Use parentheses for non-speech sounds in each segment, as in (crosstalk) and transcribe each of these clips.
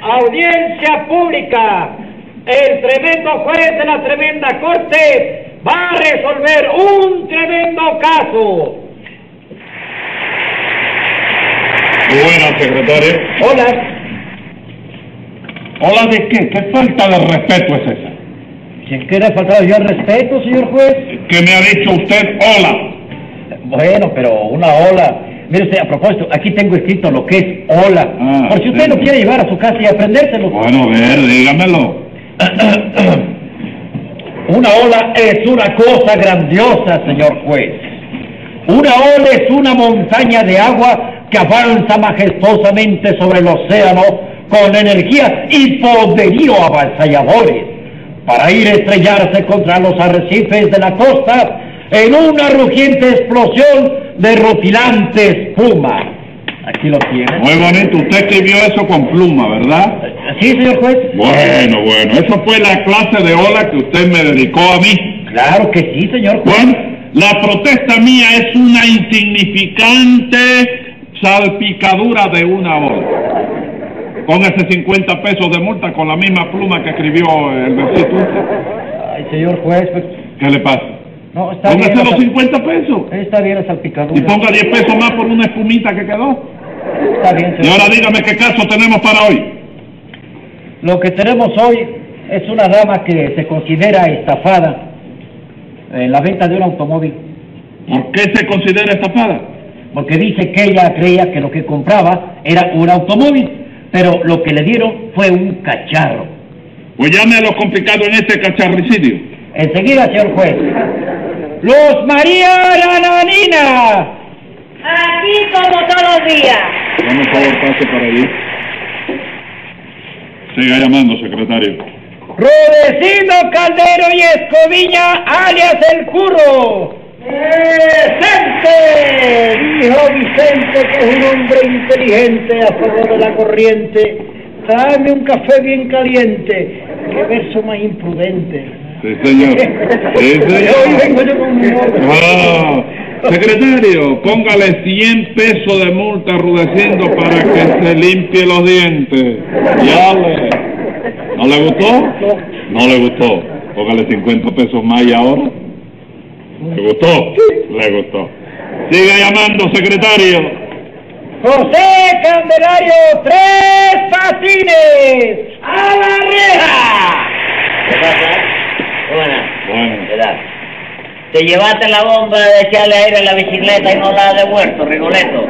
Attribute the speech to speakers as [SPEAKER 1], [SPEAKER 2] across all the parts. [SPEAKER 1] Audiencia pública. El tremendo juez de la tremenda corte va a resolver un tremendo caso.
[SPEAKER 2] Buenas, secretario.
[SPEAKER 1] Hola.
[SPEAKER 2] ¿Hola de qué? ¿Qué falta de respeto es esa?
[SPEAKER 1] ¿Quién quiere faltar yo al respeto, señor juez?
[SPEAKER 2] Que me ha dicho usted hola.
[SPEAKER 1] Bueno, pero una ola. Mire usted, a propósito, aquí tengo escrito lo que es ola.
[SPEAKER 2] Ah,
[SPEAKER 1] por si usted
[SPEAKER 2] sí.
[SPEAKER 1] lo quiere llevar a su casa y aprendérselo.
[SPEAKER 2] Bueno, a ver, dígamelo.
[SPEAKER 1] Una ola es una cosa grandiosa, señor juez. Una ola es una montaña de agua que avanza majestuosamente sobre el océano con energía y poderío avasalladores para ir a estrellarse contra los arrecifes de la costa en una rugiente explosión de rutilante espuma. Aquí lo tiene.
[SPEAKER 2] Muy bonito, usted escribió eso con pluma, ¿verdad?
[SPEAKER 1] ¿Sí, señor juez?
[SPEAKER 2] Bueno, bueno, esa fue la clase de ola que usted me dedicó a mí.
[SPEAKER 1] Claro que sí, señor juez.
[SPEAKER 2] Bueno, la protesta mía es una insignificante salpicadura de una ola. Póngase 50 pesos de multa con la misma pluma que escribió el versículo.
[SPEAKER 1] Ay, señor juez, pues,
[SPEAKER 2] ¿Qué le pasa?
[SPEAKER 1] no, está bien.
[SPEAKER 2] Póngase
[SPEAKER 1] la
[SPEAKER 2] los
[SPEAKER 1] sal-
[SPEAKER 2] 50 pesos.
[SPEAKER 1] Está bien la salpicadura.
[SPEAKER 2] Y ponga 10 pesos más por una espumita que quedó.
[SPEAKER 1] Está bien,
[SPEAKER 2] Y
[SPEAKER 1] señor.
[SPEAKER 2] ahora dígame qué caso tenemos para hoy.
[SPEAKER 1] Lo que tenemos hoy es una dama que se considera estafada en la venta de un automóvil,
[SPEAKER 2] ¿Por qué se considera estafada?
[SPEAKER 1] porque dice que ella creía que lo que compraba era un automóvil, pero lo que le dieron fue un cacharro.
[SPEAKER 2] Pues llame a los complicados en este cacharricidio.
[SPEAKER 1] Enseguida, señor juez. Luz María Nananina.
[SPEAKER 3] Aquí como todos los días.
[SPEAKER 2] Dame un favor, pase para allí. Siga llamando, secretario.
[SPEAKER 1] Rudecindo Caldero y Escoviña, alias El Curro.
[SPEAKER 4] ¡Presente! Dijo Vicente, que es un hombre inteligente a favor de la corriente. Dame un café bien caliente. ¡Qué verso más imprudente!
[SPEAKER 2] Sí, señor. Sí,
[SPEAKER 1] (laughs)
[SPEAKER 4] Hoy vengo
[SPEAKER 2] señor.
[SPEAKER 4] yo con humor.
[SPEAKER 2] Ah, secretario, póngale 100 pesos de multa rudeciendo para que se limpie los dientes. Ya le. ¿No le gustó? No le gustó. Póngale 50 pesos más y ahora. ¿Le gustó? Le gustó. Siga llamando, secretario.
[SPEAKER 1] José Candelario, tres patines.
[SPEAKER 3] ¡A la reja!
[SPEAKER 5] ¿Qué pasa? Buena,
[SPEAKER 2] Bueno,
[SPEAKER 5] ¿qué tal? Te llevaste la bomba de echarle aire a la bicicleta y no la has devuelto, Rigoleto.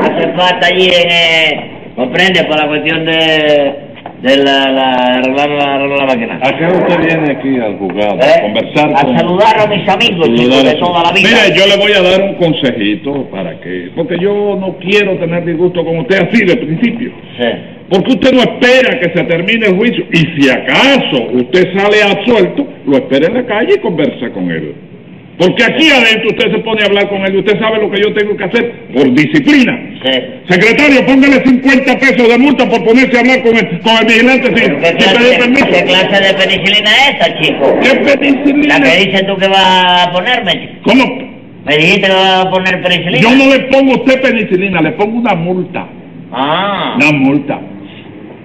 [SPEAKER 5] Hace falta allí en... Eh, ¿Comprende? Para la cuestión de... De la... la arreglar la, arreglar la máquina.
[SPEAKER 2] ¿a qué usted viene aquí al juzgado?
[SPEAKER 5] ¿Eh?
[SPEAKER 2] A conversar
[SPEAKER 5] A
[SPEAKER 2] con...
[SPEAKER 5] saludar a mis amigos, chicos, de toda la vida.
[SPEAKER 2] Mira, yo le voy a dar un consejito para que, porque yo no quiero tener disgusto con usted así de principio.
[SPEAKER 5] Sí.
[SPEAKER 2] Porque usted no espera que se termine el juicio y si acaso usted sale absuelto, lo espera en la calle y conversa con él. Porque aquí adentro usted se pone a hablar con él y usted sabe lo que yo tengo que hacer por disciplina.
[SPEAKER 5] Sí.
[SPEAKER 2] Secretario, póngale 50 pesos de multa por ponerse a hablar con el, con el vigilante sin,
[SPEAKER 5] ¿Qué
[SPEAKER 2] sin pedir
[SPEAKER 5] clase,
[SPEAKER 2] permiso.
[SPEAKER 5] ¿Qué clase de penicilina es esa, chico?
[SPEAKER 2] ¿Qué
[SPEAKER 5] La
[SPEAKER 2] penicilina?
[SPEAKER 5] que dices tú que vas a ponerme, chico.
[SPEAKER 2] ¿Cómo?
[SPEAKER 5] Me dijiste que vas a poner penicilina.
[SPEAKER 2] Yo no le pongo a usted penicilina, le pongo una multa.
[SPEAKER 5] Ah.
[SPEAKER 2] Una multa.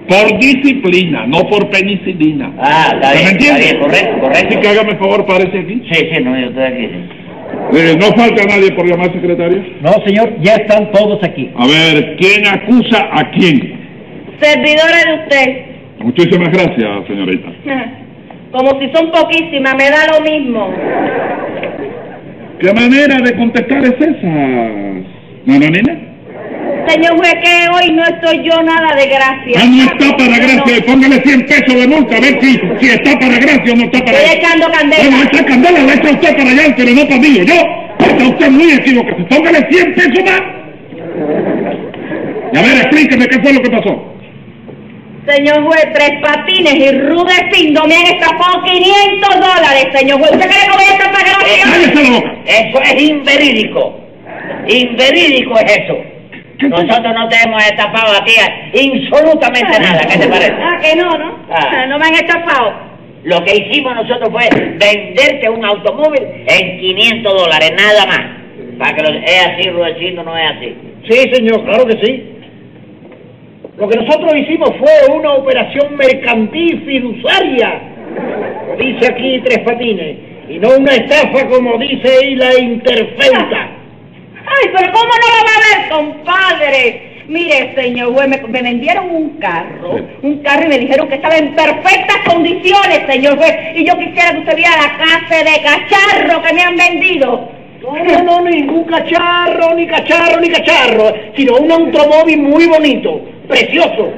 [SPEAKER 2] Por disciplina, no por penicilina.
[SPEAKER 5] Ah, está
[SPEAKER 2] ¿Me
[SPEAKER 5] bien, está
[SPEAKER 2] entiende?
[SPEAKER 5] bien, correcto,
[SPEAKER 2] Así que
[SPEAKER 5] correcto.
[SPEAKER 2] hágame favor, parece aquí.
[SPEAKER 5] Sí, sí, no, yo estoy aquí. sí.
[SPEAKER 2] Eh, no falta nadie por llamar secretario.
[SPEAKER 1] No, señor, ya están todos aquí.
[SPEAKER 2] A ver, ¿quién acusa a quién?
[SPEAKER 3] Servidora de usted. Hmm.
[SPEAKER 2] Muchísimas gracias, señorita.
[SPEAKER 3] Como si son poquísimas, me da lo mismo.
[SPEAKER 2] ¿Qué manera de contestar es esa, nananina?
[SPEAKER 3] Señor juez, que hoy no estoy yo nada de gracia.
[SPEAKER 2] Ah, no está para gracia. Póngale 100 pesos de multa a ver si, si está para gracia o no está para
[SPEAKER 3] Estoy echando
[SPEAKER 2] Bueno,
[SPEAKER 3] candela.
[SPEAKER 2] esta candela la echa usted para allá, pero no para mí. Yo, está usted muy equivocado. Póngale 100 pesos más. Y a ver, explíqueme qué fue lo que pasó.
[SPEAKER 3] Señor juez, tres patines y Rudecindo me han estafado 500 dólares, señor juez. ¿Usted cree que voy a estar para gracia?
[SPEAKER 2] Cállese la boca.
[SPEAKER 5] Eso es inverídico. Inverídico es eso.
[SPEAKER 2] ¿Qué fue?
[SPEAKER 5] Nosotros no te hemos estafado a ti a- absolutamente nada, ¿qué te parece?
[SPEAKER 3] Ah, que no, ¿no?
[SPEAKER 5] Ah.
[SPEAKER 3] No me han estafado.
[SPEAKER 5] Lo que hicimos nosotros fue venderte un automóvil en 500 dólares, nada más. Para que lo, es así, Rudecindo, no es así.
[SPEAKER 4] Sí, señor, claro que sí. Lo que nosotros hicimos fue una operación mercantil fiduciaria, como dice aquí Tres Patines, y no una estafa como dice ahí la Interfenta.
[SPEAKER 3] Ay, pero ¿cómo no lo va a ver, compadre? Mire, señor juez, me, me vendieron un carro, un carro y me dijeron que estaba en perfectas condiciones, señor juez, y yo quisiera que usted viera la clase de cacharro que me han vendido.
[SPEAKER 4] No, no, no, ningún cacharro, ni cacharro, ni cacharro, sino un automóvil muy bonito, precioso.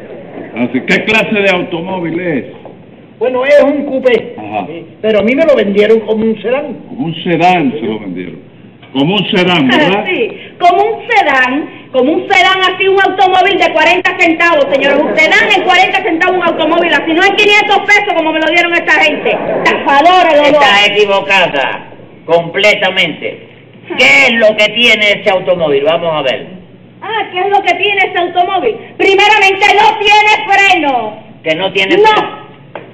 [SPEAKER 2] Así, Ah, ¿qué clase de automóvil es?
[SPEAKER 4] Bueno, es un coupé,
[SPEAKER 2] Ajá.
[SPEAKER 4] eh, pero a mí me lo vendieron como un sedán.
[SPEAKER 2] Como un sedán se lo vendieron. Como un sedán,
[SPEAKER 5] Ah,
[SPEAKER 2] ¿verdad?
[SPEAKER 3] Sí, como un sedán, como un sedán así, un automóvil de 40 centavos, señores. Un sedán en 40 centavos, un automóvil así, no en 500 pesos como me lo dieron esta gente. Tajadores los dos.
[SPEAKER 5] Está equivocada, completamente. ¿Qué es lo que tiene ese automóvil? Vamos a ver.
[SPEAKER 3] Ah, ¿qué es lo que tiene ese automóvil? Primeramente, no tiene freno.
[SPEAKER 5] Que no tiene...
[SPEAKER 3] No.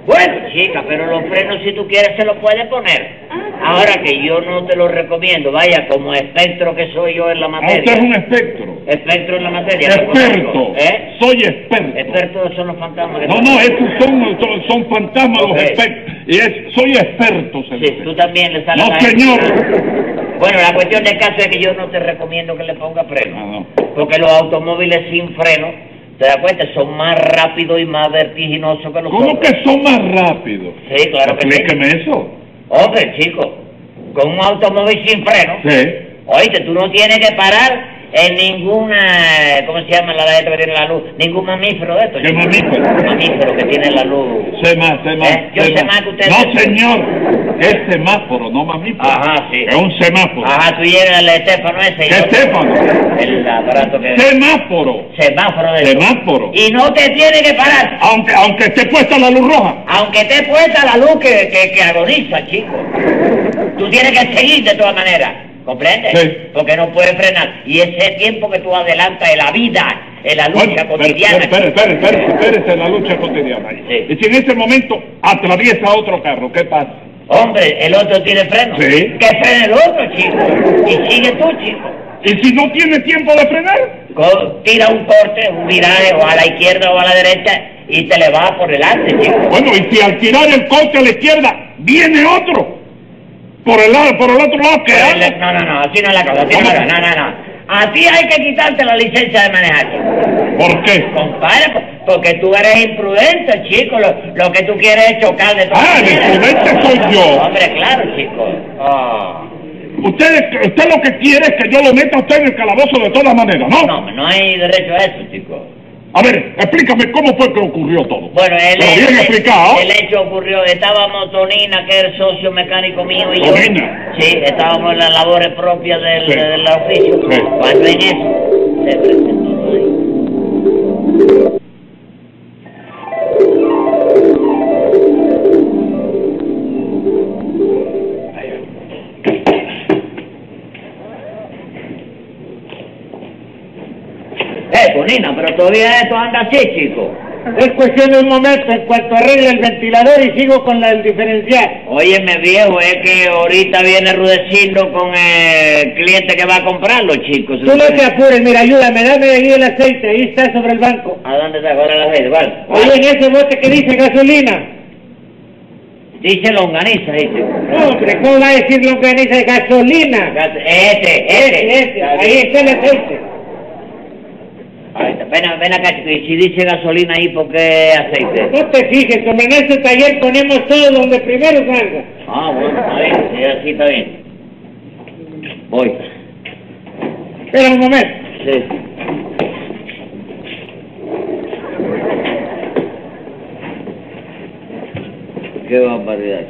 [SPEAKER 5] Bueno, chica, pero los frenos si tú quieres se los puedes poner.
[SPEAKER 3] Ah.
[SPEAKER 5] Ahora que yo no te los recomiendo, vaya, como espectro que soy yo en la
[SPEAKER 2] Ah, usted es
[SPEAKER 5] materia.
[SPEAKER 2] un espectro.
[SPEAKER 5] Espectro en la materia. lo
[SPEAKER 2] Experto.
[SPEAKER 5] conozco, ¿Eh?
[SPEAKER 2] Soy experto.
[SPEAKER 5] Expertos son los fantasmas. que
[SPEAKER 2] No,
[SPEAKER 5] te-
[SPEAKER 2] no, esos son, son, son fantasmas
[SPEAKER 5] Ok.
[SPEAKER 2] los expertos. Y es, soy experto, se
[SPEAKER 5] Sí,
[SPEAKER 2] dice.
[SPEAKER 5] tú también le sales
[SPEAKER 2] No,
[SPEAKER 5] a él.
[SPEAKER 2] señor.
[SPEAKER 5] Bueno, la cuestión del caso es que yo no te recomiendo que le ponga
[SPEAKER 2] Ah,
[SPEAKER 5] freno.
[SPEAKER 2] no.
[SPEAKER 5] Porque los automóviles sin freno, ¿te das cuenta? Son más rápidos y más vertiginosos que los
[SPEAKER 2] ¿Cómo
[SPEAKER 5] otros.
[SPEAKER 2] que son más rápidos?
[SPEAKER 5] Sí, claro que sí.
[SPEAKER 2] Explíqueme eso.
[SPEAKER 5] Hombre, chico, con un automóvil sin freno,
[SPEAKER 2] Sí.
[SPEAKER 5] oíste, tú no tienes que parar en ninguna, eh, ¿cómo se llama la de que tiene la luz? Ningún mamífero de estos.
[SPEAKER 2] ¿Qué
[SPEAKER 5] chico.
[SPEAKER 2] mamífero?
[SPEAKER 5] Mamífero que tiene la luz.
[SPEAKER 2] Sé más, sé más.
[SPEAKER 5] Eh, yo sé más que usted.
[SPEAKER 2] No, señor. Es semáforo, no mamífero.
[SPEAKER 5] Ajá, sí.
[SPEAKER 2] Es un semáforo.
[SPEAKER 5] Ajá, tú llegas al Estefano ese. y
[SPEAKER 2] ¿Qué
[SPEAKER 5] yo-
[SPEAKER 2] semáforo?
[SPEAKER 5] El aparato que...
[SPEAKER 2] Semáforo.
[SPEAKER 5] semáforo de
[SPEAKER 2] Semáforo.
[SPEAKER 5] y no te tiene que parar
[SPEAKER 2] Aunque, aunque esté puesta la luz roja.
[SPEAKER 5] aunque te puesta la luz que, que, que agoniza chico tú tienes que seguir de todas maneras ¿comprendes?
[SPEAKER 2] Sí.
[SPEAKER 5] porque no puedes frenar y ese tiempo que tú adelantas en la vida en la
[SPEAKER 2] Bueno,
[SPEAKER 5] lucha
[SPEAKER 2] espere,
[SPEAKER 5] cotidiana
[SPEAKER 2] espere, espere, espere, espérese la lucha cotidiana.
[SPEAKER 5] Sí.
[SPEAKER 2] Y si en ese momento atraviesa otro carro, ¿qué pasa?
[SPEAKER 5] hombre el otro tiene freno
[SPEAKER 2] Sí.
[SPEAKER 5] que frene el otro chico y sigue tú chico
[SPEAKER 2] ¿Y si no tiene tiempo de frenar?
[SPEAKER 5] Co- tira un corte un viraje o a la izquierda o a la derecha y te le va por delante chico
[SPEAKER 2] Bueno, y si al tirar el corte a la izquierda viene otro por el lado, por el otro lado que
[SPEAKER 5] Pues,
[SPEAKER 2] hago?
[SPEAKER 5] No, no, no, así no es la cosa, así no es la cosa, no, no, no. A ti hay que quitarte la licencia de manejar,
[SPEAKER 2] ¿Por qué?
[SPEAKER 5] compadre, po- porque tú eres imprudente, chico, lo, lo que tú quieres es chocar de todas
[SPEAKER 2] Ah, el
[SPEAKER 5] maneras.
[SPEAKER 2] imprudente soy yo.
[SPEAKER 5] Hombre, claro, chico. Ah.
[SPEAKER 2] Usted, usted lo que quiere es que yo lo meta a usted en el calabozo de todas maneras, ¿no?
[SPEAKER 5] No, no hay derecho a eso, chico.
[SPEAKER 2] A ver, explícame cómo fue que ocurrió todo.
[SPEAKER 5] Bueno, el,
[SPEAKER 2] Pero bien
[SPEAKER 5] el-
[SPEAKER 2] explicado.
[SPEAKER 5] el hecho ocurrió, estábamos Tonina, que es el socio mecánico mío y yo.
[SPEAKER 2] Tonina.
[SPEAKER 5] Sí, estábamos en las labores propias del,
[SPEAKER 2] Sí.
[SPEAKER 5] del oficio.
[SPEAKER 2] Sí.
[SPEAKER 5] Cuando en eso se presentó Tonina. Eh, Tonina, pero todavía esto anda así, chico.
[SPEAKER 4] Es cuestión de un momento, en cuanto arregle el ventilador y sigo con la del diferencial.
[SPEAKER 5] Óyeme viejo, es que ahorita viene Rudecindo con el cliente que va a comprarlo, chicos.
[SPEAKER 4] Tú no te apures, mira, ayúdame, dame ahí el aceite, ahí está sobre el banco.
[SPEAKER 5] ¿A dónde está? Ahora la red, ¿vale?
[SPEAKER 4] Oye, en ese bote que dice gasolina.
[SPEAKER 5] Dice longaniza, dice.
[SPEAKER 4] No, hombre, ¿cómo va a decir lo que dice gasolina?
[SPEAKER 5] Este, este.
[SPEAKER 4] Ese, ese, ahí está el aceite.
[SPEAKER 5] Ahí está. Ven, a- ven acá, chico. Y si dice gasolina ahí, ¿por qué aceite?
[SPEAKER 4] No te fijes, hombre, en este taller ponemos todo donde primero salga.
[SPEAKER 5] Ah, bueno, está bien. Sí, así está bien. Voy.
[SPEAKER 4] Espera un momento.
[SPEAKER 5] Sí. Qué barbaridad.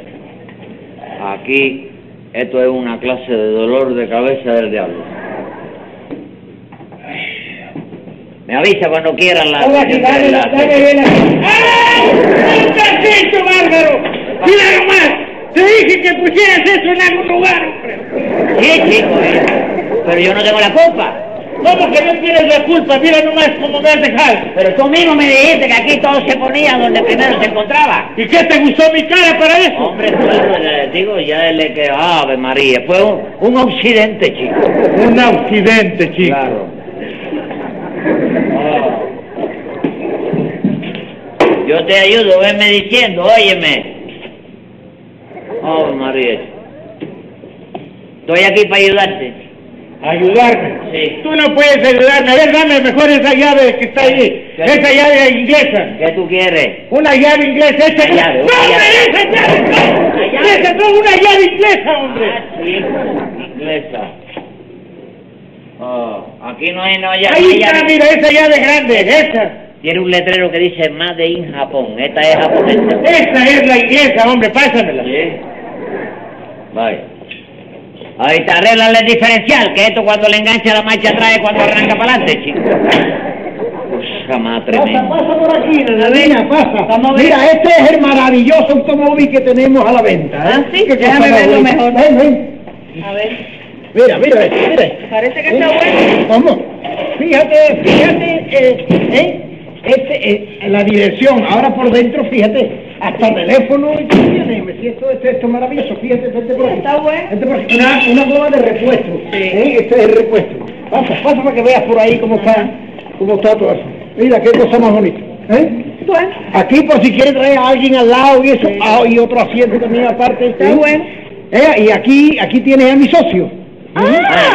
[SPEAKER 5] Aquí, esto es una clase de dolor de cabeza del diablo. Me avisa cuando quieran la...
[SPEAKER 4] Ahora sí, dale,
[SPEAKER 5] la-
[SPEAKER 4] dame bien la... ¡Ay! ¡Un cachito, bárbaro! ¡Mira nomás! Te dije que pusieras eso en algún lugar, hombre.
[SPEAKER 5] Sí, chico, eh. pero yo no tengo la culpa.
[SPEAKER 4] ¿Cómo que no tienes la culpa? Mira nomás cómo me has dejado.
[SPEAKER 5] Pero tú mismo me dijiste que aquí todo se ponía donde primero se encontraba.
[SPEAKER 4] ¿Y qué te gustó mi cara para eso?
[SPEAKER 5] Hombre, claro, le digo, ya le que Ave María, fue un, un accidente, chico.
[SPEAKER 4] Un accidente, chico.
[SPEAKER 5] Claro. Oh. Yo te ayudo, venme diciendo, óyeme. Oh, María. Estoy aquí para ayudarte.
[SPEAKER 6] Ayudarme.
[SPEAKER 5] Sí.
[SPEAKER 6] Tú no puedes ayudarme. A ver, dame mejor esa llave que está ahí.
[SPEAKER 5] Sí.
[SPEAKER 6] Esa llave inglesa.
[SPEAKER 5] ¿Qué tú quieres?
[SPEAKER 6] Una llave inglesa. Esa
[SPEAKER 5] Una llave,
[SPEAKER 6] ¡No,
[SPEAKER 5] una
[SPEAKER 6] hombre,
[SPEAKER 5] llave.
[SPEAKER 6] esa llave! ¡No!
[SPEAKER 5] Una llave.
[SPEAKER 6] ¡Esa no, una llave inglesa,
[SPEAKER 5] Ah,
[SPEAKER 6] hombre!
[SPEAKER 5] sí. Inglesa. Oh, aquí no hay no ya.
[SPEAKER 6] Ahí
[SPEAKER 5] no hay
[SPEAKER 6] está,
[SPEAKER 5] llave.
[SPEAKER 6] mira, esa llave grande. Esa.
[SPEAKER 5] Tiene un letrero que dice Made in Japón. Esta es japonesa.
[SPEAKER 6] Esa es la inglesa, hombre. Pásamela.
[SPEAKER 5] Sí. Vale. Ahorita arréglale el diferencial, que esto cuando le engancha la marcha atrás es cuando arranca para adelante, chico. Cosa más
[SPEAKER 4] Pasa,
[SPEAKER 5] tremenda.
[SPEAKER 4] pasa por aquí, Nanadina, pasa.
[SPEAKER 3] Vamos a ver.
[SPEAKER 4] Mira, este es el maravilloso automóvil que tenemos a la venta. ¿eh?
[SPEAKER 3] Ah, sí,
[SPEAKER 4] ¿Qué cosa
[SPEAKER 3] déjame
[SPEAKER 4] más
[SPEAKER 3] verlo
[SPEAKER 4] bonita?
[SPEAKER 3] mejor.
[SPEAKER 4] Ven, ven.
[SPEAKER 3] A ver,
[SPEAKER 4] Mira, mira, este, mira. este.
[SPEAKER 3] parece que está bueno.
[SPEAKER 4] ¿Cómo? Fíjate, fíjate, eh, eh, este, eh, la dirección, ahora por dentro, fíjate, hasta teléfono y todo tiene, me siento esto, esto es maravilloso, fíjate, vente por aquí.
[SPEAKER 3] Está bueno.
[SPEAKER 4] Vente por aquí, una, una goma de repuesto, ¿eh? este es el repuesto. Pasa, pasa para que veas por ahí cómo está, cómo está todo eso. Mira, qué cosa más bonita, ¿eh?
[SPEAKER 3] Bueno,
[SPEAKER 4] Aquí por si quiere traer a alguien al lado y eso, ah, y otro asiento también aparte.
[SPEAKER 3] está
[SPEAKER 4] ¿eh?
[SPEAKER 3] bueno.
[SPEAKER 4] Eh, y aquí, aquí tienes a mi socio.
[SPEAKER 5] Ah,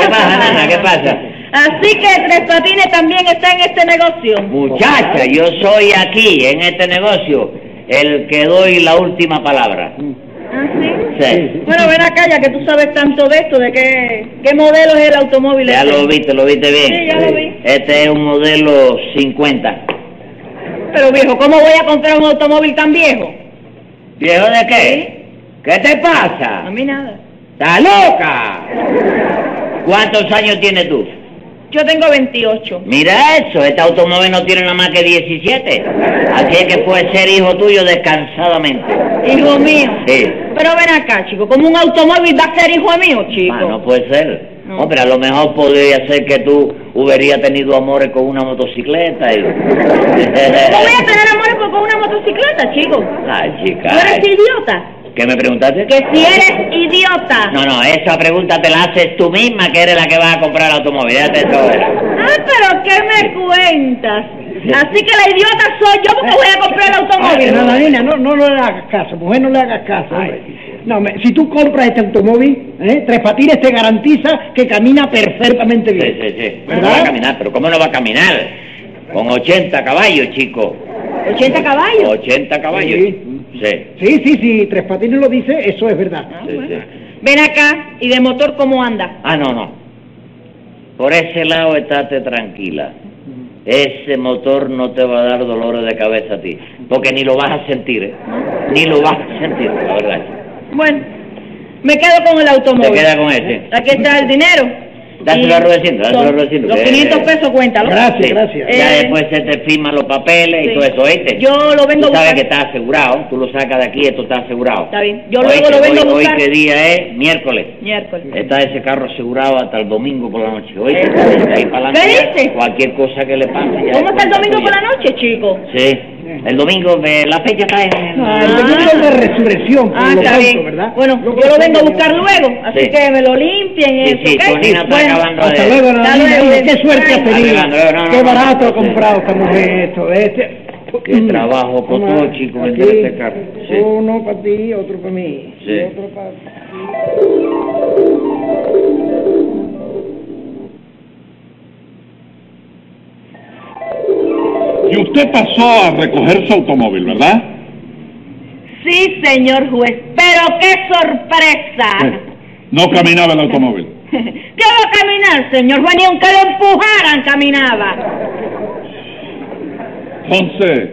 [SPEAKER 5] ¿Qué pasa, nana? ¿Qué pasa?
[SPEAKER 3] Así que Tres Patines también está en este negocio.
[SPEAKER 5] Muchacha, yo soy aquí, en este negocio, el que doy la última palabra.
[SPEAKER 3] ¿Ah, sí?
[SPEAKER 5] Sí.
[SPEAKER 3] Bueno, ven acá, ya que tú sabes tanto de esto, de qué, qué modelo es el automóvil.
[SPEAKER 5] Ya
[SPEAKER 3] este.
[SPEAKER 5] lo viste, lo viste bien.
[SPEAKER 3] Sí, ya lo vi.
[SPEAKER 5] Este es un modelo 50.
[SPEAKER 3] Pero viejo, ¿cómo voy a comprar un automóvil tan viejo?
[SPEAKER 5] ¿Viejo de qué? ¿Qué te pasa?
[SPEAKER 3] A mí nada.
[SPEAKER 5] ¡Está loca! ¿Cuántos años tienes tú?
[SPEAKER 3] Yo tengo 28.
[SPEAKER 5] Mira eso, este automóvil no tiene nada más que 17. Así es que puede ser hijo tuyo descansadamente.
[SPEAKER 3] Hijo mío.
[SPEAKER 5] Sí.
[SPEAKER 3] Pero ven acá, chico, como un automóvil va a ser hijo mío, chico?
[SPEAKER 5] Ah, no puede ser.
[SPEAKER 3] No.
[SPEAKER 5] Hombre, a lo mejor podría ser que tú hubieras tenido amores con una motocicleta
[SPEAKER 3] (laughs)
[SPEAKER 5] y...
[SPEAKER 3] ¿Cómo voy a tener amores con con una motocicleta, chico?
[SPEAKER 5] Ay,
[SPEAKER 3] ¿Tú
[SPEAKER 5] chica.
[SPEAKER 3] eres idiota?
[SPEAKER 5] ¿Qué me preguntaste?
[SPEAKER 3] Que si eres idiota.
[SPEAKER 5] No, no, esa pregunta te la haces tú misma, que eres la que vas a comprar el automóvil. Ya te sobra.
[SPEAKER 3] Ah, pero ¿qué me cuentas? Así que la idiota soy yo porque voy a comprar el
[SPEAKER 4] Oye,
[SPEAKER 3] automóvil.
[SPEAKER 4] Nananina, no, no, no le hagas caso, mujer, no le hagas caso. hombre. No, me- si tú compras este automóvil, ¿eh? Tres Patines te garantiza que camina perfectamente
[SPEAKER 5] Sí,
[SPEAKER 4] bien.
[SPEAKER 5] sí, sí. No
[SPEAKER 4] ¿Verdad?
[SPEAKER 5] va a caminar, pero ¿cómo no va a caminar? Con 80 caballos, chico.
[SPEAKER 3] 80 caballos.
[SPEAKER 5] 80 caballos. Sí. Sí,
[SPEAKER 4] Sí, sí, sí, Tres Patines lo dice, eso es
[SPEAKER 3] Ah,
[SPEAKER 4] verdad.
[SPEAKER 5] sí.
[SPEAKER 3] Ven acá y de motor cómo anda.
[SPEAKER 5] Ah, no, no. Por ese lado estate tranquila. Ese motor no te va a dar dolores de cabeza a ti, porque ni lo vas a sentir, ¿eh? ni lo vas a sentir, la verdad.
[SPEAKER 3] Bueno, me quedo con el
[SPEAKER 5] Te
[SPEAKER 3] automóvil.
[SPEAKER 5] queda con ese.
[SPEAKER 3] Aquí está el dinero.
[SPEAKER 5] Dáselo
[SPEAKER 3] Y
[SPEAKER 5] a Rudecindo, dáselo
[SPEAKER 3] son
[SPEAKER 5] a Rudecindo,
[SPEAKER 3] Los
[SPEAKER 5] que-
[SPEAKER 3] 500 pesos, cuéntalo.
[SPEAKER 4] Gracias,
[SPEAKER 5] Sí.
[SPEAKER 4] gracias.
[SPEAKER 5] Eh, Ya
[SPEAKER 3] Eh,
[SPEAKER 5] después se te firman los papeles y
[SPEAKER 3] sí.
[SPEAKER 5] todo eso, ¿oíste?
[SPEAKER 3] Yo lo vengo
[SPEAKER 5] Tú
[SPEAKER 3] a
[SPEAKER 5] sabes
[SPEAKER 3] buscar.
[SPEAKER 5] que está asegurado, tú lo sacas de aquí, esto está asegurado.
[SPEAKER 3] Está bien. Yo luego
[SPEAKER 5] ¿Oíste?
[SPEAKER 3] lo vengo a
[SPEAKER 5] Hoy-
[SPEAKER 3] buscar.
[SPEAKER 5] Hoy qué día es, miércoles.
[SPEAKER 3] Miércoles.
[SPEAKER 5] Está ese carro asegurado hasta el domingo por la noche. Oye, de ahí para adelante
[SPEAKER 3] ¿Qué
[SPEAKER 5] ya,
[SPEAKER 3] dice?
[SPEAKER 5] Cualquier cosa que le pase. ya
[SPEAKER 3] ¿Cómo
[SPEAKER 5] es
[SPEAKER 3] está el
[SPEAKER 5] cuenta
[SPEAKER 3] domingo por
[SPEAKER 5] tuya.
[SPEAKER 3] la noche, chico?
[SPEAKER 5] Sí, el domingo, eh, la fecha está en...
[SPEAKER 4] Ah, El domingo es de resurrección, por
[SPEAKER 3] Ah,
[SPEAKER 4] lo
[SPEAKER 3] está
[SPEAKER 4] pronto,
[SPEAKER 3] bien.
[SPEAKER 4] ¿verdad?
[SPEAKER 3] Bueno,
[SPEAKER 4] Lo
[SPEAKER 3] yo lo
[SPEAKER 4] que-
[SPEAKER 3] vengo a buscar luego, así
[SPEAKER 5] Sí.
[SPEAKER 3] que me lo limpien.
[SPEAKER 5] Sí,
[SPEAKER 3] eso,
[SPEAKER 5] sí,
[SPEAKER 3] ¿ok?
[SPEAKER 5] Tonina está
[SPEAKER 3] Bueno,
[SPEAKER 5] acabando de...
[SPEAKER 4] Hasta luego,
[SPEAKER 3] Hasta
[SPEAKER 4] Nananina,
[SPEAKER 3] luego.
[SPEAKER 4] oye, qué suerte has tenido.
[SPEAKER 5] Hasta luego, no, no,
[SPEAKER 4] Qué
[SPEAKER 5] no.
[SPEAKER 4] barato ha comprado esta mujer esto, este.
[SPEAKER 5] Qué trabajo costó, chico,
[SPEAKER 4] Aquí,
[SPEAKER 5] vender este carro. Sí.
[SPEAKER 4] Uno para ti, otro para mí.
[SPEAKER 5] Sí.
[SPEAKER 4] y Otro para ti.
[SPEAKER 2] Y usted pasó a recoger su automóvil, ¿verdad?
[SPEAKER 3] Sí, señor juez, pero qué sorpresa.
[SPEAKER 2] No caminaba el automóvil.
[SPEAKER 3] (laughs) ¿Qué va a caminar, señor juez? Ni aunque lo empujaran, caminaba. (laughs)
[SPEAKER 2] Entonces,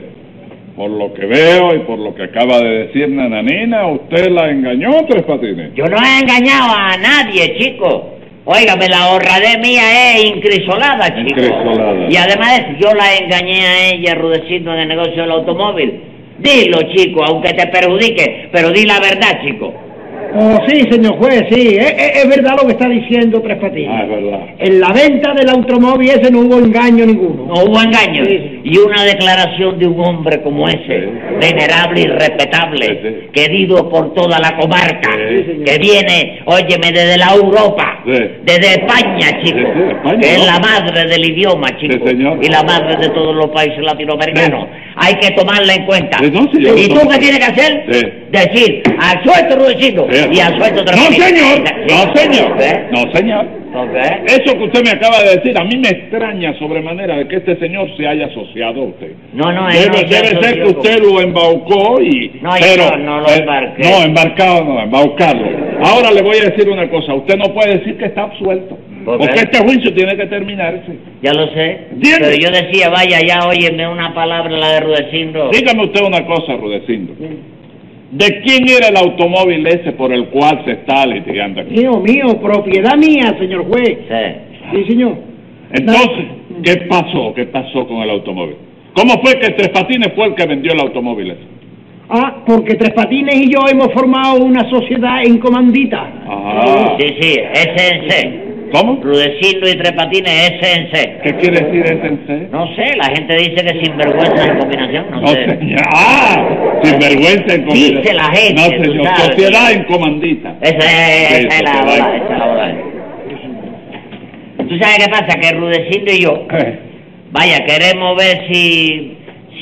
[SPEAKER 2] por lo que veo y por lo que acaba de decir Nananina, usted la engañó, Tres Patines.
[SPEAKER 5] Yo no he engañado a nadie, chico. Óigame, la honradez mía es incrisolada, chico.
[SPEAKER 2] Incrisolada.
[SPEAKER 5] Y además de eso, yo la engañé a ella, Rudecindo, en el negocio del automóvil. Dilo, chico, aunque te perjudique, pero di la verdad, chico.
[SPEAKER 4] Oh, sí, señor juez, sí, es, es- es verdad lo que está diciendo Tres
[SPEAKER 2] Ah, es
[SPEAKER 4] Patines.
[SPEAKER 2] verdad.
[SPEAKER 4] En la venta del automóvil ese no hubo engaño ninguno.
[SPEAKER 5] No hubo engaño.
[SPEAKER 4] Sí, sí.
[SPEAKER 5] Y una declaración de un hombre como ese,
[SPEAKER 2] Sí.
[SPEAKER 5] venerable y respetable,
[SPEAKER 2] Sí, sí.
[SPEAKER 5] querido por toda la comarca,
[SPEAKER 2] Sí, señor.
[SPEAKER 5] que viene, óyeme, desde la Europa,
[SPEAKER 2] Sí.
[SPEAKER 5] desde España, chico,
[SPEAKER 2] Sí, sí, España,
[SPEAKER 5] que es
[SPEAKER 2] ¿no?
[SPEAKER 5] la madre del idioma, chico,
[SPEAKER 2] Sí, señor.
[SPEAKER 5] y la madre de todos los países latinoamericanos. hay que tomarla en cuenta.
[SPEAKER 2] Entonces, yo
[SPEAKER 5] ¿Y
[SPEAKER 2] lo
[SPEAKER 5] tú
[SPEAKER 2] tomo.
[SPEAKER 5] qué tienes que hacer?
[SPEAKER 2] Sí.
[SPEAKER 5] Decir, al suelto Rudecindo
[SPEAKER 2] Sí.
[SPEAKER 5] y al suelto
[SPEAKER 2] No, señor. No, señor.
[SPEAKER 5] ¿Eh?
[SPEAKER 2] No, señor.
[SPEAKER 5] Ok.
[SPEAKER 2] Eso que usted me acaba de decir, a mí me extraña sobremanera de que este señor se haya asociado a usted.
[SPEAKER 5] No, no, él
[SPEAKER 2] Debe,
[SPEAKER 5] no se
[SPEAKER 2] debe ser
[SPEAKER 5] asoció
[SPEAKER 2] que usted lo embaucó y...
[SPEAKER 5] No, yo no, no lo
[SPEAKER 2] eh,
[SPEAKER 5] embarqué.
[SPEAKER 2] No, embarcado no, embaucarlo. Ahora le voy a decir una cosa, usted no puede decir que está absuelto,
[SPEAKER 5] ¿Por qué?
[SPEAKER 2] porque este juicio tiene que terminarse.
[SPEAKER 5] Ya lo sé.
[SPEAKER 2] Bien.
[SPEAKER 5] Pero yo decía, vaya, ya óyeme una palabra la de Rudecindo.
[SPEAKER 2] Dígame usted una cosa, Rudecindo. ¿De quién era el automóvil ese por el cual se está litigando aquí?
[SPEAKER 4] Mío, mío, propiedad mía, señor juez.
[SPEAKER 5] Sí.
[SPEAKER 4] Sí, señor.
[SPEAKER 2] Entonces, ¿qué pasó? ¿Qué pasó con el automóvil? ¿Cómo fue que Tres Patines fue el que vendió el automóvil ese?
[SPEAKER 4] Ah, porque Tres Patines y yo hemos formado una sociedad en comandita.
[SPEAKER 2] Ajá.
[SPEAKER 5] Sí, sí, SNC.
[SPEAKER 2] Ah, ¿Cómo?
[SPEAKER 5] Rudecindo y Tres Patines, SNC.
[SPEAKER 2] ¿Qué quiere decir ese
[SPEAKER 5] No sé, la gente dice que sinvergüenza de combinación, no,
[SPEAKER 2] No,
[SPEAKER 5] sé.
[SPEAKER 2] señor. (laughs) ¡Ah! Sinvergüenza en comandita.
[SPEAKER 5] Dice la gente,
[SPEAKER 2] No, señor.
[SPEAKER 5] tú sabes.
[SPEAKER 2] Sociedad en comandita.
[SPEAKER 5] Esa es,
[SPEAKER 2] Sí,
[SPEAKER 5] esa es la
[SPEAKER 2] sociedad.
[SPEAKER 5] bola, esa es la bola. ¿Tú sabes qué pasa? Que Rudecindo
[SPEAKER 2] (laughs)
[SPEAKER 5] y yo, vaya, queremos ver si,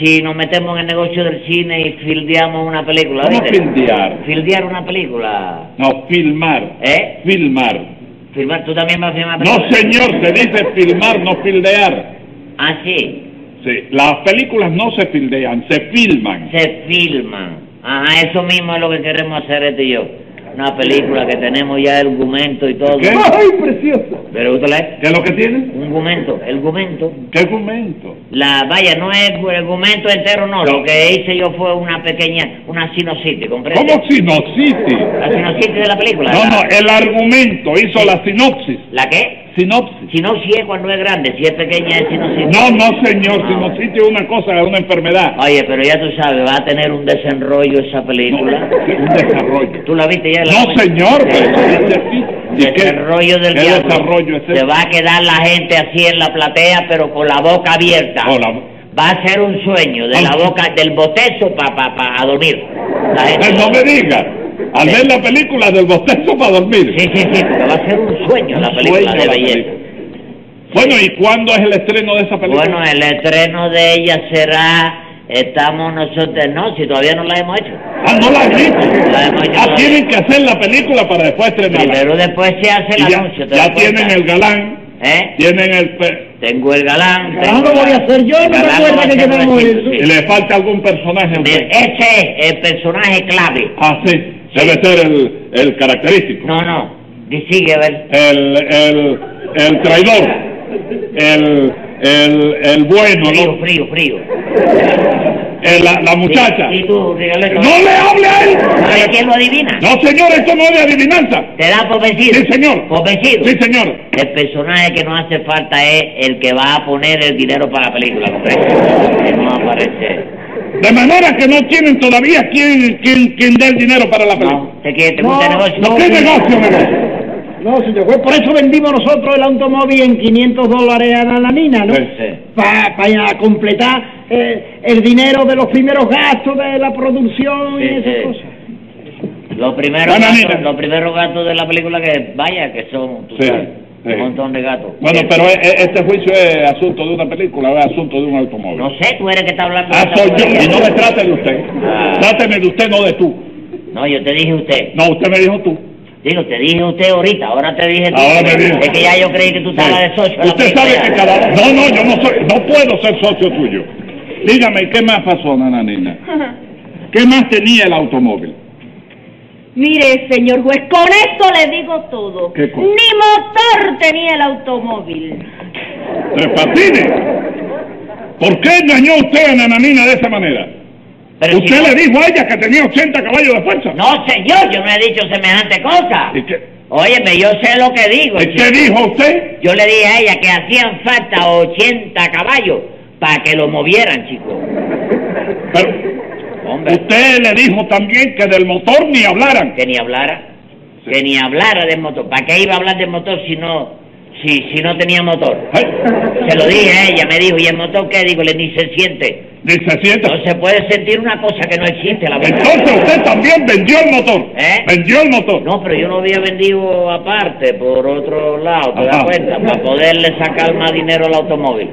[SPEAKER 5] si nos metemos en el negocio del cine y fildeamos una película.
[SPEAKER 2] ¿Cómo
[SPEAKER 5] ¿viste?
[SPEAKER 2] fildear?
[SPEAKER 5] Fildear una película.
[SPEAKER 2] No, filmar.
[SPEAKER 5] ¿Eh?
[SPEAKER 2] Filmar.
[SPEAKER 5] Filmar, ¿Tú también vas a filmar
[SPEAKER 2] No, señor. Se dice filmar, no fildear.
[SPEAKER 5] Ah, sí.
[SPEAKER 2] Sí, las películas no se fildean, se filman.
[SPEAKER 5] se filman. Ajá, eso mismo es lo que queremos hacer este y yo. Una película que tenemos ya el argumento y todo.
[SPEAKER 2] ¿Qué?
[SPEAKER 4] precioso!
[SPEAKER 5] Pero usted la-
[SPEAKER 2] ¿Qué es lo que tienen?
[SPEAKER 5] un argumento, el argumento.
[SPEAKER 2] ¿Qué argumento?
[SPEAKER 5] La, vaya, no es el argumento entero, no. Lo que hice yo fue una pequeña, una sinopsis, ¿comprende?
[SPEAKER 2] ¿Cómo sinopsis?
[SPEAKER 5] La sinopsis de la película.
[SPEAKER 2] No,
[SPEAKER 5] la,
[SPEAKER 2] no, el argumento hizo la sinopsis.
[SPEAKER 5] ¿La qué?
[SPEAKER 2] Sinopsis.
[SPEAKER 5] Sinopsis es cuando es grande, si es pequeña es sinopsis.
[SPEAKER 2] No, no, señor,
[SPEAKER 5] Ah,
[SPEAKER 2] sinopsis es una cosa, es una enfermedad.
[SPEAKER 5] Oye, pero ya tú sabes, va a tener un desenrollo esa
[SPEAKER 2] No, (laughs)
[SPEAKER 5] película.
[SPEAKER 2] un desarrollo.
[SPEAKER 5] ¿Tú la viste ya? la
[SPEAKER 2] No, señor, pero eso dice así. ¿Y qué-
[SPEAKER 5] desarrollo del
[SPEAKER 2] qué
[SPEAKER 5] diablo.
[SPEAKER 2] desarrollo es
[SPEAKER 5] Se
[SPEAKER 2] ese?
[SPEAKER 5] va a quedar la gente así en la platea, pero con la boca abierta.
[SPEAKER 2] Hola.
[SPEAKER 5] Va a ser un sueño, de la
[SPEAKER 2] Ah.
[SPEAKER 5] boca, del botezo para pa, pa- a dormir. La gente-
[SPEAKER 2] Ay, No me diga. Al ver la película del bostezo para dormir.
[SPEAKER 5] Sí, sí, sí, porque va a ser un sueño la
[SPEAKER 2] Un
[SPEAKER 5] película
[SPEAKER 2] sueño
[SPEAKER 5] de
[SPEAKER 2] la
[SPEAKER 5] belleza.
[SPEAKER 2] película. Bueno, ¿y cuándo es el estreno de esa película?
[SPEAKER 5] Bueno, eh, el estreno de ella será, estamos nosotros, no, si todavía no la hemos hecho.
[SPEAKER 2] Ah, no la han hecho.
[SPEAKER 5] La hemos hecho
[SPEAKER 2] Ah,
[SPEAKER 5] todavía.
[SPEAKER 2] tienen que hacer la película para después estrenarla.
[SPEAKER 5] Primero después se hace el
[SPEAKER 2] Y ya,
[SPEAKER 5] anuncio. ¿te
[SPEAKER 2] ya
[SPEAKER 5] das cuenta?
[SPEAKER 2] tienen el galán,
[SPEAKER 5] ¿Eh?
[SPEAKER 2] tienen el... pe-
[SPEAKER 5] Tengo el galán.
[SPEAKER 4] Ah,
[SPEAKER 5] tengo
[SPEAKER 4] lo voy a
[SPEAKER 5] el-
[SPEAKER 4] hacer yo,
[SPEAKER 5] el
[SPEAKER 4] no me
[SPEAKER 5] galán
[SPEAKER 4] acuerdo
[SPEAKER 5] va a
[SPEAKER 4] que
[SPEAKER 5] ser
[SPEAKER 4] tenemos
[SPEAKER 5] Rudecindo,
[SPEAKER 4] el-
[SPEAKER 5] sí.
[SPEAKER 2] Y le falta algún personaje. a usted.
[SPEAKER 5] Mira, Ese es el personaje clave.
[SPEAKER 2] Ah, sí. Debe ser el, el característico.
[SPEAKER 5] No, no. di- Sigue, a ver.
[SPEAKER 2] El, el, el traidor. El, el, el bueno,
[SPEAKER 5] Frío,
[SPEAKER 2] ¿no?
[SPEAKER 5] frío, frío.
[SPEAKER 2] El- la, la muchacha.
[SPEAKER 5] Y tú, Rigoletto.
[SPEAKER 2] ¡No le hable a él!
[SPEAKER 5] ¿Sabes quién lo adivina?
[SPEAKER 2] No, señor, esto no es de adivinanza.
[SPEAKER 5] ¿Te da por vencido?
[SPEAKER 2] Sí, señor.
[SPEAKER 5] ¿Por vencido?
[SPEAKER 2] Sí, señor.
[SPEAKER 5] El personaje que no hace falta es el que va a poner el dinero para la película, ¿comprende? Que no va a aparecer.
[SPEAKER 2] De manera que no tienen todavía quien, quien, quien dé el dinero para la película.
[SPEAKER 5] No. ¿Te, quiere- te gusta el
[SPEAKER 4] No,
[SPEAKER 5] negocio?
[SPEAKER 2] ¿No qué negocio, negocio?
[SPEAKER 4] No, señor juez, por eso vendimos nosotros el automóvil en 500 dólares a la nina, ¿no?
[SPEAKER 2] Sí.
[SPEAKER 5] Sí.
[SPEAKER 4] Para completar eh, el dinero de los primeros gastos de la producción y
[SPEAKER 5] Sí,
[SPEAKER 4] esas
[SPEAKER 5] sí.
[SPEAKER 4] cosas.
[SPEAKER 5] Los primeros,
[SPEAKER 2] Bueno,
[SPEAKER 5] gatos,
[SPEAKER 2] mira.
[SPEAKER 5] los primeros gatos de la película que, vaya, que son, tú
[SPEAKER 2] Sí,
[SPEAKER 5] sabes,
[SPEAKER 2] sí.
[SPEAKER 5] un montón de gatos. Eh,
[SPEAKER 2] Bueno,
[SPEAKER 5] Sí.
[SPEAKER 2] pero e- e- este juicio es asunto de una película, o es asunto de un automóvil.
[SPEAKER 5] No sé, tú eres que está hablando. de
[SPEAKER 2] ah,
[SPEAKER 5] esta
[SPEAKER 2] soy yo,
[SPEAKER 5] porquería.
[SPEAKER 2] y no me traten de usted.
[SPEAKER 5] Ah.
[SPEAKER 2] Tráteme de usted, no de tú.
[SPEAKER 5] No, yo te dije usted.
[SPEAKER 2] No, usted me dijo tú.
[SPEAKER 5] Digo, te dije usted ahorita, ahora te dije tú.
[SPEAKER 2] Ahora me dijo.
[SPEAKER 5] Es que ya yo creí que tú estabas
[SPEAKER 2] Sí.
[SPEAKER 5] de socio. en la
[SPEAKER 2] Usted sabe
[SPEAKER 5] película.
[SPEAKER 2] que cada... No, no, yo no soy, no puedo ser socio tuyo. Dígame, ¿qué más pasó, Nananina? ¿Qué más tenía el automóvil?
[SPEAKER 3] Mire, señor juez, con esto le digo todo.
[SPEAKER 2] ¿Qué cosa?
[SPEAKER 3] Ni motor tenía el automóvil.
[SPEAKER 2] Tres patines. ¿Por qué engañó usted a Nananina de esa manera?
[SPEAKER 5] Pero si
[SPEAKER 2] usted
[SPEAKER 5] no-
[SPEAKER 2] le dijo a ella que tenía 80 caballos de fuerza.
[SPEAKER 5] No, señor, yo no he dicho semejante cosa.
[SPEAKER 2] ¿Y qué,
[SPEAKER 5] Óyeme, yo sé lo que digo.
[SPEAKER 2] y qué
[SPEAKER 5] chico.
[SPEAKER 2] dijo usted?
[SPEAKER 5] Yo le dije a ella que hacían falta 80 caballos para que lo movieran, chico.
[SPEAKER 2] Pero,
[SPEAKER 5] Hombre,
[SPEAKER 2] Usted le dijo también que del motor ni hablaran.
[SPEAKER 5] que ni hablara.
[SPEAKER 2] Sí.
[SPEAKER 5] Que ni hablara del motor. ¿Para qué iba a hablar del motor si no, si, si no tenía motor?
[SPEAKER 2] Ay,
[SPEAKER 5] Se lo dije a ella, me dijo, ¿y el motor qué? Digo, le ni se siente.
[SPEAKER 2] Ni se sienta.
[SPEAKER 5] No se puede sentir una cosa que no existe, la verdad.
[SPEAKER 2] Entonces usted también vendió el motor.
[SPEAKER 5] ¿Eh?
[SPEAKER 2] Vendió el motor.
[SPEAKER 5] No, pero yo lo había vendido aparte, por otro lado, ¿te das
[SPEAKER 2] Ajá.
[SPEAKER 5] cuenta? Para poderle sacar más dinero al automóvil.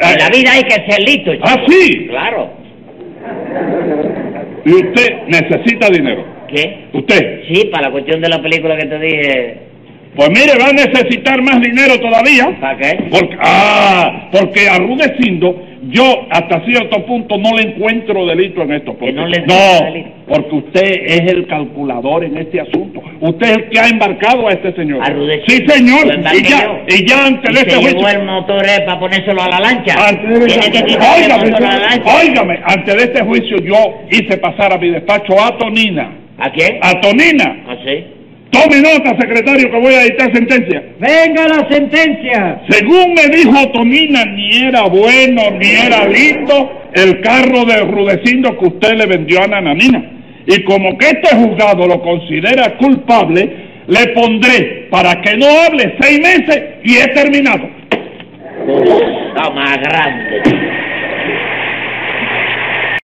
[SPEAKER 5] En la vida hay que ser listo, chico.
[SPEAKER 2] Ah, sí.
[SPEAKER 5] Claro.
[SPEAKER 2] Y usted necesita dinero.
[SPEAKER 5] ¿Qué?
[SPEAKER 2] Usted.
[SPEAKER 5] Sí, para la cuestión de la película que te dije.
[SPEAKER 2] Pues mire, va a necesitar más dinero todavía.
[SPEAKER 5] ¿Para qué?
[SPEAKER 2] Porque, ah, porque arrudeciendo, yo hasta cierto punto no le encuentro delito en esto. Porque,
[SPEAKER 5] Que no le encuentra delito.
[SPEAKER 2] no, porque usted es el calculador en este asunto. Usted es el que ha embarcado a este señor. Sí,
[SPEAKER 5] Arrudeciendo. Lo
[SPEAKER 2] señor.
[SPEAKER 5] embarqué
[SPEAKER 2] Y ya,
[SPEAKER 5] yo.
[SPEAKER 2] y ya antes
[SPEAKER 5] Y
[SPEAKER 2] de
[SPEAKER 5] se
[SPEAKER 2] este
[SPEAKER 5] llevó
[SPEAKER 2] juicio.
[SPEAKER 5] el motor eh, para ponérselo a la lancha.
[SPEAKER 2] Antes de- este
[SPEAKER 5] Tiene que quitarle el motor a Ah, la
[SPEAKER 2] Óigame,
[SPEAKER 5] lancha.
[SPEAKER 2] óigame, antes de este juicio yo hice pasar a mi despacho a Tonina.
[SPEAKER 5] ¿A quién?
[SPEAKER 2] A Tonina.
[SPEAKER 5] ¿Ah, sí?
[SPEAKER 2] Tome nota, secretario, que voy a dictar sentencia.
[SPEAKER 6] ¡Venga la sentencia!
[SPEAKER 2] Según me dijo Tomina, ni era bueno ni era listo el carro de Rudecindo que usted le vendió a Nananina. Y como que este juzgado lo considera culpable, le pondré para que no hable seis meses y he terminado.
[SPEAKER 5] Está más grande.